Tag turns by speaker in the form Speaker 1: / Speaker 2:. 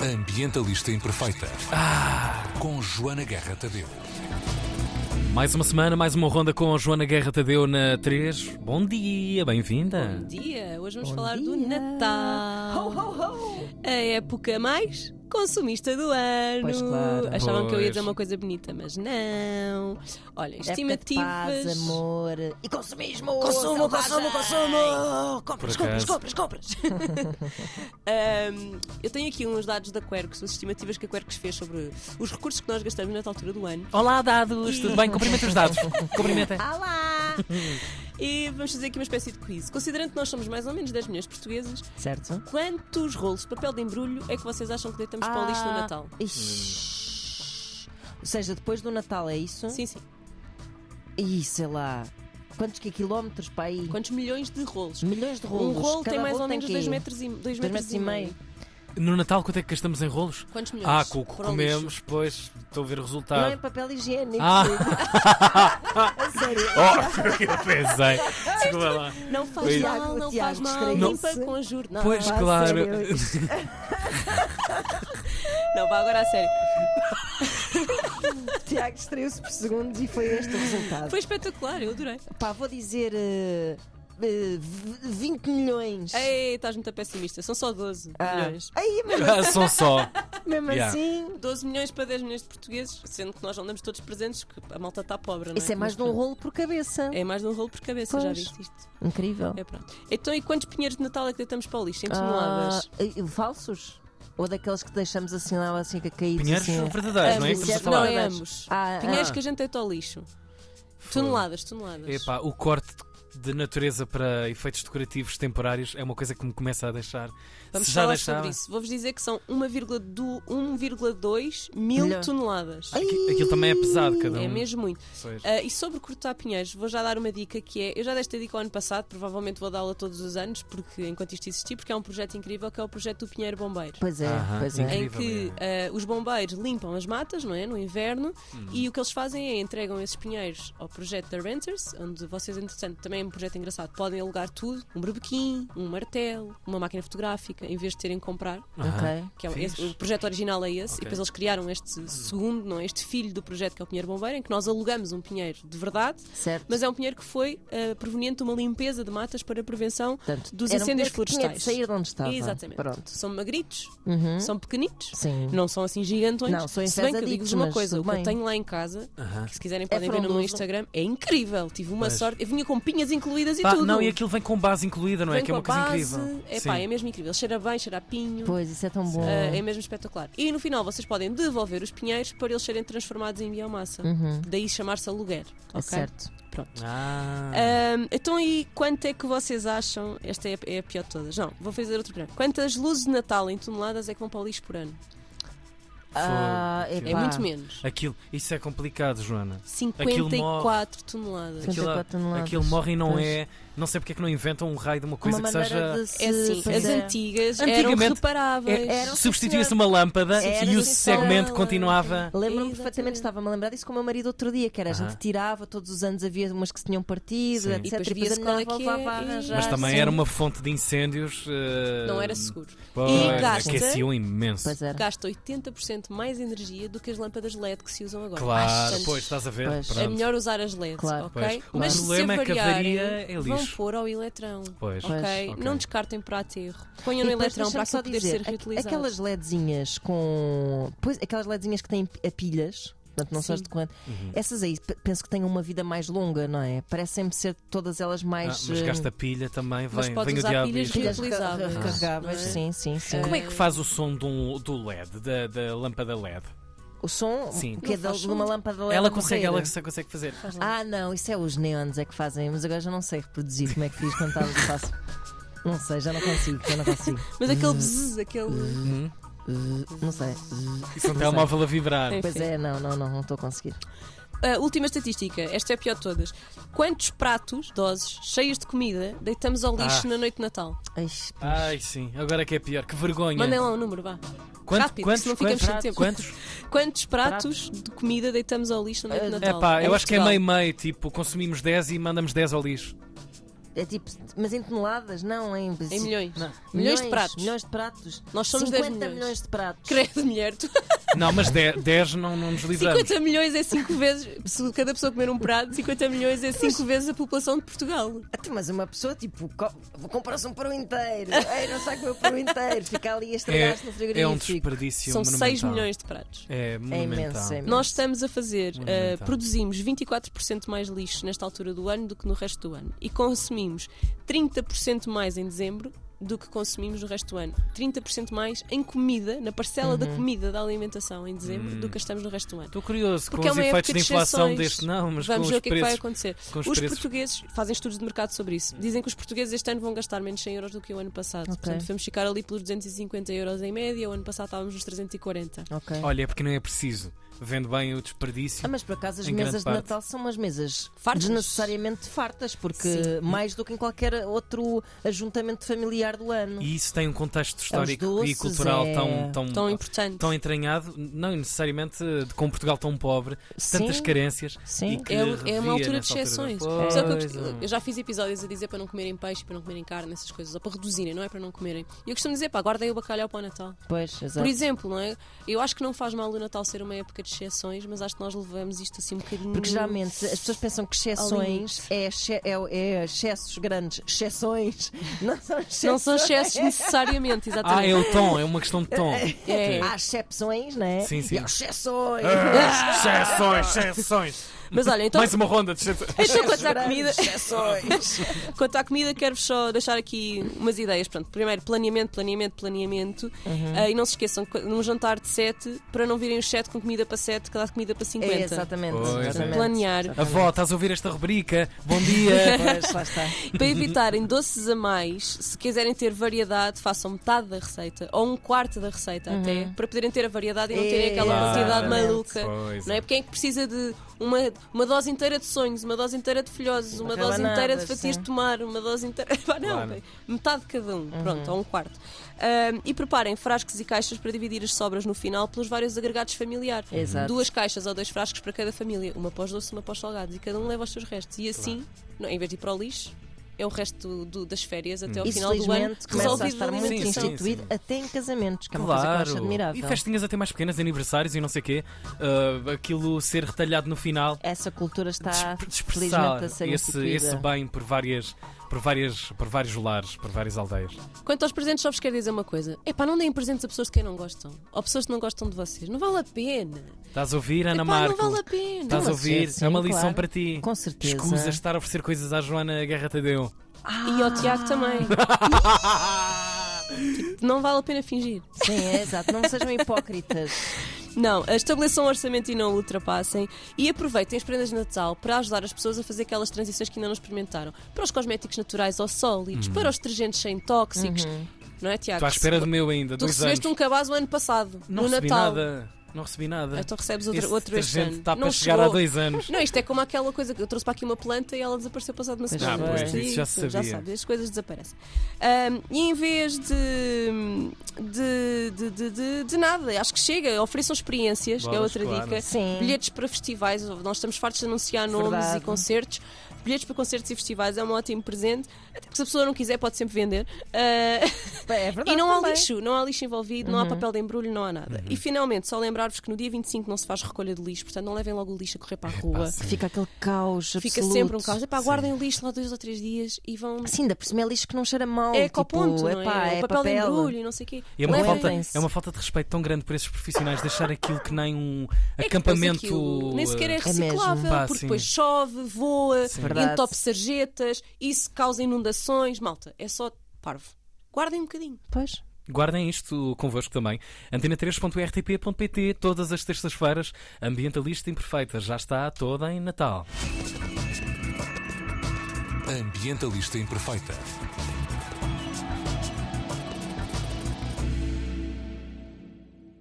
Speaker 1: Ambientalista Imperfeita. Ah, Com Joana Guerra Tadeu.
Speaker 2: Mais uma semana, mais uma ronda com a Joana Guerra Tadeu na 3. Bom dia, bem-vinda.
Speaker 3: Bom dia! Hoje vamos falar do Natal. A época mais consumista do ano.
Speaker 4: Pois claro.
Speaker 3: Achavam que eu ia dizer
Speaker 2: Pois.
Speaker 3: uma coisa bonita, mas não.
Speaker 4: É
Speaker 3: Olha,
Speaker 4: Época de paz,
Speaker 3: estimativas.
Speaker 4: amor e consumismo.
Speaker 3: Consumo,
Speaker 4: selvagem.
Speaker 3: consumo, consumo! Compras,
Speaker 2: Por
Speaker 3: compras,
Speaker 2: acaso.
Speaker 3: compras, compras! Ahm, hum, eu tenho aqui uns dados da Quercus, as estimativas que a Quercus fez sobre os recursos que nós gastamos nesta altura do ano.
Speaker 2: Olá, dados, tudo bem? Cumprimenta os dados. Cumprimenta.
Speaker 4: Olá!
Speaker 3: E vamos fazer aqui uma espécie de quiz. Considerando que nós somos mais ou menos 10 milhões de portugueses,
Speaker 4: Certo?
Speaker 3: quantos rolos de papel de embrulho é que vocês acham que deitamos para o lixo no
Speaker 4: Ah,
Speaker 3: Natal?
Speaker 4: ixi. Ou seja, depois do Natal é isso?
Speaker 3: Sim, sim.
Speaker 4: E sei lá, quantos que é quilómetros para aí?
Speaker 3: Quantos milhões de rolos?
Speaker 4: Milhões de
Speaker 3: Um
Speaker 4: rolos.
Speaker 3: rolo tem
Speaker 4: Cada
Speaker 3: mais
Speaker 4: rolo
Speaker 3: ou
Speaker 4: tem
Speaker 3: menos
Speaker 4: quê?
Speaker 3: 2 metros e, dois
Speaker 4: Dois
Speaker 3: metros e meio.
Speaker 2: No Natal, quanto é que gastamos em rolos?
Speaker 3: Quantos milhões? um
Speaker 2: Ah, com o que
Speaker 3: Para o lixo.
Speaker 2: comemos, pois, estou a ver o
Speaker 4: Não é
Speaker 2: resultado.
Speaker 4: papel higiênico.
Speaker 2: Ah.
Speaker 4: A sério.
Speaker 3: é
Speaker 2: Oh, eu pensei. Desculpa lá.
Speaker 3: Não faz
Speaker 2: Pois.
Speaker 3: mal, não
Speaker 4: Tiago,
Speaker 3: faz mal.
Speaker 4: distraí-se.
Speaker 3: Limpa com a jornal.
Speaker 2: Pois,
Speaker 4: a
Speaker 2: claro.
Speaker 4: sério.
Speaker 3: Não, vá agora a sério.
Speaker 4: Tiago distraiu-se por segundos e foi este o resultado.
Speaker 3: Foi espetacular, eu adorei.
Speaker 4: Pá, vou dizer eh, eh, v- 20 milhões.
Speaker 3: Ei, estás muito pessimista. São só 12
Speaker 4: Ah.
Speaker 3: milhões. é
Speaker 4: Aí, mesmo,
Speaker 2: Ah, São só.
Speaker 4: mesmo
Speaker 2: Yeah.
Speaker 4: assim.
Speaker 3: 12 milhões para 10 milhões de portugueses, sendo que nós não damos todos presentes, que a malta está pobre, não é?
Speaker 4: Isso é mais de um rolo por cabeça.
Speaker 3: É mais de um rolo por cabeça, já
Speaker 4: Pois.
Speaker 3: viste isto?
Speaker 4: Incrível.
Speaker 3: É pronto. Então, e quantos pinheiros de Natal é que deitamos para o lixo? Em
Speaker 4: Ah,
Speaker 3: toneladas?
Speaker 4: e- e falsos? Ou daqueles que deixamos assim lá assim que cair?
Speaker 2: Pinheiros
Speaker 4: assim,
Speaker 2: verdadeiros, não é? que
Speaker 4: Ambos,
Speaker 2: Estamos a
Speaker 4: certo?
Speaker 3: não,
Speaker 2: falar.
Speaker 3: é ambos.
Speaker 4: Ah,
Speaker 3: Pinheiros
Speaker 2: ah.
Speaker 3: que a gente deita ao lixo. Toneladas, toneladas.
Speaker 2: Epá, o corte de natureza para efeitos decorativos temporários é uma coisa que me começa a deixar.
Speaker 3: Vamos
Speaker 2: Se já
Speaker 3: falar
Speaker 2: deixava.
Speaker 3: sobre isso. Vou-vos dizer que são 1,2 1,2 mil
Speaker 4: Milhão.
Speaker 3: toneladas.
Speaker 2: Aqui- Aquilo também é pesado, cada um.
Speaker 3: É mesmo muito.
Speaker 2: Pois.
Speaker 3: Ah, e sobre cortar pinheiros, vou já dar uma dica que é. Eu já dei esta dica ao ano passado, provavelmente vou dá-la todos os anos, porque enquanto isto existir, porque é um projeto incrível que é o projeto do Pinheiro Bombeiro.
Speaker 4: Pois é,
Speaker 2: Aham,
Speaker 4: pois é.
Speaker 2: incrível.
Speaker 3: Em que ah, os bombeiros limpam as matas, não é? No inverno,
Speaker 2: Hum.
Speaker 3: e o que eles fazem é entregam esses pinheiros ao projeto da Renters, onde vocês, entretanto, também é um projeto engraçado, podem alugar tudo: um berbequim, um martelo, uma máquina fotográfica, em vez de terem que comprar.
Speaker 4: Ok.
Speaker 3: Que é o,
Speaker 2: Fixe.
Speaker 3: esse- o projeto original é esse,
Speaker 2: Ok.
Speaker 3: e depois eles criaram este segundo, não, é? este filho do projeto que é o Pinheiro Bombeiro, em que nós alugamos um pinheiro de verdade,
Speaker 4: Certo.
Speaker 3: mas é um pinheiro que foi ah, proveniente de uma limpeza de matas para a prevenção
Speaker 4: Portanto,
Speaker 3: dos
Speaker 4: era um
Speaker 3: incêndios
Speaker 4: bocado que tinha de
Speaker 3: florestais.
Speaker 4: sair de onde estava.
Speaker 3: Exatamente.
Speaker 4: Pronto.
Speaker 3: São magritos,
Speaker 4: Uhum.
Speaker 3: são pequenitos,
Speaker 4: Sim.
Speaker 3: não são assim gigantões.
Speaker 4: Não, são
Speaker 3: se bem que eu digo-vos
Speaker 4: enfesaditos,
Speaker 3: uma
Speaker 4: mas
Speaker 3: coisa, o que
Speaker 4: tudo
Speaker 3: eu
Speaker 4: bem.
Speaker 3: tenho lá em casa, que se
Speaker 4: É
Speaker 3: quiserem podem ver no meu
Speaker 4: frondoso.
Speaker 3: Instagram, é incrível. Tive uma
Speaker 2: Pois.
Speaker 3: sorte, eu vinha com pinhas incluídas e
Speaker 2: Pá,
Speaker 3: tudo.
Speaker 2: não, e aquilo vem com base incluída, não é?
Speaker 3: Vem
Speaker 2: Que é
Speaker 3: com
Speaker 2: uma
Speaker 3: a
Speaker 2: coisa
Speaker 3: base,
Speaker 2: incrível.
Speaker 3: É
Speaker 2: Sim.
Speaker 3: pá, é mesmo incrível. Cheira bem, cheira a pinho.
Speaker 4: Pois, isso é tão bom.
Speaker 3: Ah, é mesmo espetacular. E no final vocês podem devolver os pinheiros para eles serem transformados em biomassa. Daí chamar-se aluguer.
Speaker 4: Uhum. É
Speaker 3: ok?
Speaker 4: Certo.
Speaker 3: Pronto.
Speaker 2: Ah.
Speaker 3: Ahm, então, e quanto é que vocês acham? Esta é a, é a pior de todas. Não, vou fazer outro programa. Quantas luzes de Natal em toneladas é que vão para o lixo por ano?
Speaker 4: Ah,
Speaker 2: Fogo.
Speaker 3: É
Speaker 4: epá.
Speaker 3: muito menos.
Speaker 2: Aquilo, isso é complicado, Joana.
Speaker 3: 54 toneladas.
Speaker 4: Sim. 54
Speaker 2: aquilo,
Speaker 4: toneladas.
Speaker 2: aquilo morre e não
Speaker 4: Pois.
Speaker 2: é. Não sei porque é que não inventam um raio de uma coisa
Speaker 4: Uma
Speaker 2: que
Speaker 4: maneira
Speaker 2: seja.
Speaker 4: de se
Speaker 3: É assim, as
Speaker 4: fazer-
Speaker 3: antigas eram
Speaker 2: Antigamente,
Speaker 3: reparáveis.
Speaker 2: É,
Speaker 4: Era um
Speaker 2: Substituía-se uma lâmpada
Speaker 4: Era um
Speaker 2: e o
Speaker 4: sim,
Speaker 2: segmento
Speaker 3: senhora.
Speaker 2: continuava.
Speaker 4: Lembro-me
Speaker 3: Exatamente.
Speaker 4: perfeitamente, estava-me a lembrar disso com o meu marido outro dia, que era a
Speaker 2: Aham.
Speaker 4: gente tirava, todos os anos havia umas que se tinham partido,
Speaker 2: Sim.
Speaker 4: etc.
Speaker 3: E depois via-se
Speaker 4: andava,
Speaker 3: qual é que
Speaker 4: levava a
Speaker 3: é, e-
Speaker 4: arranjar,
Speaker 2: Mas também
Speaker 4: sim.
Speaker 2: era uma fonte de incêndios. eh,
Speaker 3: Não era seguro.
Speaker 2: pois,
Speaker 3: E gasta-
Speaker 2: Aqueciam imenso.
Speaker 4: Pois é. era.
Speaker 3: Gasta 80% mais energia do que as lâmpadas LED que se usam agora.
Speaker 2: Claro,
Speaker 3: Bastante.
Speaker 2: pois, estás a ver.
Speaker 4: Pois.
Speaker 2: pronto.
Speaker 3: É melhor usar as LEDs,
Speaker 4: Claro.
Speaker 3: ok?
Speaker 2: Pois. O
Speaker 3: Mas
Speaker 2: problema é
Speaker 3: se
Speaker 2: que a
Speaker 3: avariarem,
Speaker 2: varia é
Speaker 3: vão
Speaker 2: lixo.
Speaker 3: pôr ao eletrão.
Speaker 2: Pois. Ah,
Speaker 3: Ok?
Speaker 4: Pois,
Speaker 2: ok.
Speaker 3: Não descartem para aterro. Ponham
Speaker 4: E
Speaker 3: no
Speaker 4: depois
Speaker 3: eletrão para
Speaker 4: deixa-me só
Speaker 3: aquilo poder
Speaker 4: dizer,
Speaker 3: ser
Speaker 4: aqu-
Speaker 3: reutilizado.
Speaker 4: Aquelas LEDzinhas com. Pois, aquelas LEDzinhas que têm a pilhas, portanto não sabes de quanto.
Speaker 2: Uhum.
Speaker 4: Essas aí p- penso que têm uma vida mais longa, não é? Parecem-me ser todas elas
Speaker 2: Ah,
Speaker 4: mais.
Speaker 2: mas
Speaker 4: eh,
Speaker 2: gasta pilha também,
Speaker 3: Mas
Speaker 2: vem,
Speaker 3: podes
Speaker 2: vem o
Speaker 3: usar
Speaker 2: diabo.
Speaker 3: pilhas
Speaker 2: diz.
Speaker 4: pilhas
Speaker 3: reutilizáveis,
Speaker 4: reca- recarregáveis,
Speaker 3: não é?
Speaker 4: sim, sim, sim.
Speaker 2: Como é que faz o som de um- do LED, da, da lâmpada LED?
Speaker 4: O som,
Speaker 2: Sim.
Speaker 4: o que é
Speaker 3: Não
Speaker 4: da-
Speaker 3: faz
Speaker 4: de uma
Speaker 3: som.
Speaker 4: lâmpada LED
Speaker 2: Ela
Speaker 4: a
Speaker 2: consegue,
Speaker 4: morrer?
Speaker 2: ela consegue consegue fazer.
Speaker 4: Ah, não, isso é os neons é que fazem, mas agora já não sei reproduzir como é que fiz quando estava faço. Não sei, já não consigo, já não consigo.
Speaker 3: Mas aquele bzzz, aquele.
Speaker 2: Uhum.
Speaker 4: Não sei.
Speaker 2: Isso é um telemóvel a vibrar.
Speaker 3: É.
Speaker 4: Pois é, não, não, não, não estou a conseguir.
Speaker 3: Ah, última estatística, esta é a pior de todas. Quantos pratos, doses, cheios de comida, deitamos ao lixo
Speaker 2: Ah.
Speaker 3: na noite de Natal?
Speaker 4: Ai,
Speaker 2: Ai sim, agora é que é pior, que vergonha.
Speaker 3: Mandem lá um número, vá.
Speaker 2: Quanto-
Speaker 3: rápido,
Speaker 2: quantos,
Speaker 3: senão ficamos
Speaker 2: quantos,
Speaker 3: sem tempo.
Speaker 2: quantos?
Speaker 3: Quantos pratos de comida deitamos ao lixo na noite de
Speaker 4: Ah,
Speaker 3: Natal?
Speaker 2: Epá, eu
Speaker 3: Em
Speaker 2: acho que é
Speaker 3: Portugal.
Speaker 2: meio meio, tipo, consumimos 10 e mandamos 10 ao lixo.
Speaker 4: É tipo, mas em toneladas, não em.
Speaker 3: Em milhões. Milhões de pratos.
Speaker 4: Milhões de pratos.
Speaker 3: Nós somos 10
Speaker 4: 50 milhões.
Speaker 3: milhões.
Speaker 4: de pratos.
Speaker 3: Credo, mulher, tu...
Speaker 2: Não, mas 10, não, não nos livramos.
Speaker 3: 50 milhões é 5 vezes. Se cada pessoa comer um prato, 50 milhões é 5 vezes a população de Portugal.
Speaker 4: Até, mas uma pessoa, tipo, co- vou comprar-se um peru inteiro. Ei, não sai comer o peru inteiro. Fica ali a estragar-se no
Speaker 2: É, é um
Speaker 4: frigorífico.
Speaker 2: desperdício
Speaker 3: São
Speaker 2: monumental.
Speaker 3: 6 milhões de pratos.
Speaker 2: É um monumental.
Speaker 4: imenso, é imenso.
Speaker 3: Nós estamos a fazer,
Speaker 2: Muito
Speaker 3: eh,
Speaker 2: mental.
Speaker 3: produzimos 24% mais lixo nesta altura do ano do que no resto do ano e consumimos 30% mais em dezembro do que consumimos no resto do ano. 30% mais em comida, na parcela da
Speaker 2: Uhum.
Speaker 3: comida da alimentação em dezembro do que gastamos no resto do ano.
Speaker 2: Estou curioso
Speaker 3: Porque é
Speaker 2: Uhum. com os
Speaker 3: uma
Speaker 2: efeitos
Speaker 3: época
Speaker 2: de
Speaker 3: de
Speaker 2: inflação
Speaker 3: exceções.
Speaker 2: deste. Não, mas
Speaker 3: Vamos
Speaker 2: com
Speaker 3: ver
Speaker 2: os
Speaker 3: o que é que vai
Speaker 2: preços.
Speaker 3: acontecer.
Speaker 2: com os
Speaker 3: Os
Speaker 2: preços.
Speaker 3: portugueses fazem estudos de mercado sobre isso. Dizem que os portugueses este ano vão gastar menos 100 euros do que o ano passado.
Speaker 4: Ok.
Speaker 3: Portanto, vamos ficar ali pelos 250 euros em média. O ano passado estávamos nos 340.
Speaker 4: Ok.
Speaker 2: Olha, é porque não é preciso. Vendo bem o desperdício.
Speaker 4: Ah, mas por acaso as
Speaker 2: Em grande
Speaker 4: mesas de
Speaker 2: parte.
Speaker 4: Natal são umas mesas
Speaker 3: Fartas.
Speaker 4: desnecessariamente fartas, porque
Speaker 3: Sim.
Speaker 4: mais do que em qualquer outro ajuntamento familiar do ano.
Speaker 2: E isso tem um
Speaker 3: É
Speaker 2: contexto histórico e
Speaker 4: doces,
Speaker 2: cultural
Speaker 4: é-
Speaker 2: tão, tão,
Speaker 3: Tão importante.
Speaker 2: Hum, tão entranhado, não necessariamente de- com Portugal tão pobre, tantas
Speaker 4: Sim.
Speaker 2: carências.
Speaker 4: Sim.
Speaker 2: E que
Speaker 3: É, é
Speaker 2: revia
Speaker 3: uma altura de
Speaker 2: nessa
Speaker 3: exceções.
Speaker 2: Pois,
Speaker 3: Só que eu, costumo-
Speaker 2: é.
Speaker 3: eu já fiz episódios a dizer para não comerem peixe, para não comerem carne, essas coisas, ou para reduzirem, não é para não comerem. E eu costumo dizer, pá, guardem o bacalhau para o Natal.
Speaker 4: Pois, exato.
Speaker 3: Por exemplo, não é? Eu acho que não faz mal o Natal ser uma época de exceções, mas acho que nós levamos isto assim um bocadinho.
Speaker 4: Porque geralmente as pessoas pensam que exceções é, exce- é- é excessos grandes. Exceções não são exceções.
Speaker 3: Não são excessos necessariamente,
Speaker 2: Ah,
Speaker 3: exatamente.
Speaker 2: é o tom, é uma questão de tom.
Speaker 3: É.
Speaker 4: Há excepções, não é?
Speaker 2: Sim, Ah. sim.
Speaker 4: E há exceções.
Speaker 2: Exceções, exceções.
Speaker 3: Mas olha, então.
Speaker 2: Mais uma ronda de exceções.
Speaker 3: Então, quanto à
Speaker 4: Grandes
Speaker 3: comida,
Speaker 4: Exceções.
Speaker 3: quanto à comida, quero-vos só deixar aqui umas ideias. Pronto, primeiro, planeamento, planeamento, planeamento.
Speaker 4: Uhum.
Speaker 3: Ah, e não se esqueçam, co- num jantar de 7, para não virem os 7 com comida para 7, que dá comida para 50.
Speaker 4: É, exatamente.
Speaker 2: Pois é.
Speaker 4: exatamente.
Speaker 3: Planear.
Speaker 2: Avó, estás a ouvir esta rubrica? Bom dia.
Speaker 4: Pois, lá está.
Speaker 3: Para evitarem doces a mais, se quiserem ter variedade, façam metade da receita ou um quarto da receita até, para poderem ter a variedade e não terem aquela quantidade
Speaker 4: Uhum. Exatamente.
Speaker 3: maluca.
Speaker 2: Pois
Speaker 3: Não é? Porque é que precisa de uma, uma dose inteira de sonhos, uma dose inteira de filhoses, uma dose
Speaker 4: rebanadas,
Speaker 3: inteira de fatias
Speaker 4: sim.
Speaker 3: de tomar, uma dose inteira. Pá, não,
Speaker 2: Claro.
Speaker 3: metade de cada
Speaker 4: Uhum.
Speaker 3: um, pronto, ou um quarto. Ahm, e preparem frascos e caixas para dividir as sobras no final pelos vários agregados familiares.
Speaker 4: Exato.
Speaker 3: Duas caixas ou dois frascos para cada família, uma para os doces, uma para os salgados, e cada um leva os seus restos. E assim, não, em vez de ir para o lixo, é o resto do- do- das férias até ao
Speaker 4: Isso
Speaker 3: final do ano
Speaker 4: felizmente começa a
Speaker 3: resolvido
Speaker 4: estar
Speaker 3: da
Speaker 4: muito
Speaker 2: Sim,
Speaker 3: alimentação.
Speaker 2: sim,
Speaker 4: instituído
Speaker 2: sim.
Speaker 4: até em casamentos, que é uma coisa que eu acho
Speaker 2: Claro. E
Speaker 4: admirável.
Speaker 2: festinhas até mais pequenas, aniversários e não sei o quê. Ah, aquilo ser retalhado no final.
Speaker 4: Essa cultura está
Speaker 2: Despre-
Speaker 4: Tá, felizmente a ser
Speaker 2: esse,
Speaker 4: instituída.
Speaker 2: esse bem por várias, por várias, por vários lares, por várias aldeias.
Speaker 3: Quanto aos presentes, só vos quero dizer uma coisa: é pá, não deem presentes a pessoas de quem não gostam, ou pessoas que não gostam de vocês. Não vale a pena.
Speaker 2: Estás a ouvir, Ana
Speaker 3: Epá,
Speaker 2: Marco?
Speaker 3: não vale a pena.
Speaker 2: Estás a ouvir?
Speaker 4: sim,
Speaker 2: é uma
Speaker 4: claro.
Speaker 2: lição para ti.
Speaker 4: Com certeza.
Speaker 2: Escusa estar a oferecer coisas à Joana Guerra Tadeu.
Speaker 3: E
Speaker 4: Ah.
Speaker 3: ao Tiago também. Tipo, não vale a pena fingir.
Speaker 4: Sim, é, exato. Não sejam hipócritas.
Speaker 3: Não, estabeleçam um orçamento e não o ultrapassem. E aproveitem as prendas de Natal para ajudar as pessoas a fazer aquelas transições que ainda não experimentaram. Para os cosméticos naturais ou sólidos, para os detergentes sem tóxicos. Não é, Tiago?
Speaker 2: Uhum. Estou à espera do meu ainda,
Speaker 3: Tu
Speaker 2: dois
Speaker 3: recebeste
Speaker 2: anos.
Speaker 3: um cabaz o ano passado,
Speaker 2: Não
Speaker 3: no
Speaker 2: recebi
Speaker 3: Natal.
Speaker 2: nada. Não recebi nada.
Speaker 3: Então recebes
Speaker 2: Esse
Speaker 3: outro, outro este
Speaker 2: detergente
Speaker 3: ano.
Speaker 2: está para
Speaker 3: não
Speaker 2: chegar
Speaker 3: chegou.
Speaker 2: há dois anos.
Speaker 3: Não, isto é como aquela coisa que eu trouxe para aqui uma planta e ela desapareceu passado uma semana.
Speaker 4: Ah, pois,
Speaker 2: isso já se
Speaker 3: já
Speaker 2: sabia.
Speaker 3: sabes, as coisas desaparecem. Ahm, e em vez de de, de, de, de- de nada, acho que chega, ofereçam experiências, que é
Speaker 2: Bolas,
Speaker 3: outra
Speaker 2: claro.
Speaker 3: dica.
Speaker 4: Sim.
Speaker 3: Bilhetes para festivais, nós estamos fartos de anunciar nomes
Speaker 4: Verdade.
Speaker 3: e concertos. Bilhetes para concertos e festivais é um ótimo presente. Até porque se a pessoa não quiser, pode sempre vender. Ah,
Speaker 4: É verdade.
Speaker 3: e não há
Speaker 4: também. Uhum.
Speaker 3: lixo, não há lixo envolvido, não há papel de embrulho, não há nada.
Speaker 2: Uhum.
Speaker 3: E finalmente, só lembrar-vos que no dia 25 não se faz recolha de lixo, portanto não levem logo o lixo a correr para a rua.
Speaker 2: sim.
Speaker 4: Fica aquele caos
Speaker 3: Fica
Speaker 4: absoluto.
Speaker 3: sempre um caos. Epá, guardem o lixo lá dois ou três dias e vão.
Speaker 4: Assim, ainda por cima é lixo que não cheira mal.
Speaker 3: é
Speaker 4: tipo,
Speaker 3: ecoponto, não é?
Speaker 4: epá,
Speaker 3: o
Speaker 4: é
Speaker 3: papel, de embrulho e não sei o quê.
Speaker 2: E é uma,
Speaker 3: Levem-
Speaker 2: falta,
Speaker 4: Lembrem-se.
Speaker 2: é uma falta de respeito tão grande por esses profissionais deixar aquilo que nem um
Speaker 3: É que depois
Speaker 2: acampamento.
Speaker 3: aquilo Nem sequer é
Speaker 2: eh,
Speaker 4: mesmo.
Speaker 3: reciclável,
Speaker 2: Pá,
Speaker 3: porque
Speaker 2: sim.
Speaker 3: depois chove, voa,
Speaker 4: Verdade.
Speaker 3: entope sarjetas, isso causa inundações. Malta, é só parvo. Guardem um bocadinho.
Speaker 4: Pois.
Speaker 2: Guardem isto convosco também. Antena3.rtp.pt, todas as terças-feiras, Ambientalista Imperfeita, já está toda em Natal.
Speaker 1: Ambientalista Imperfeita.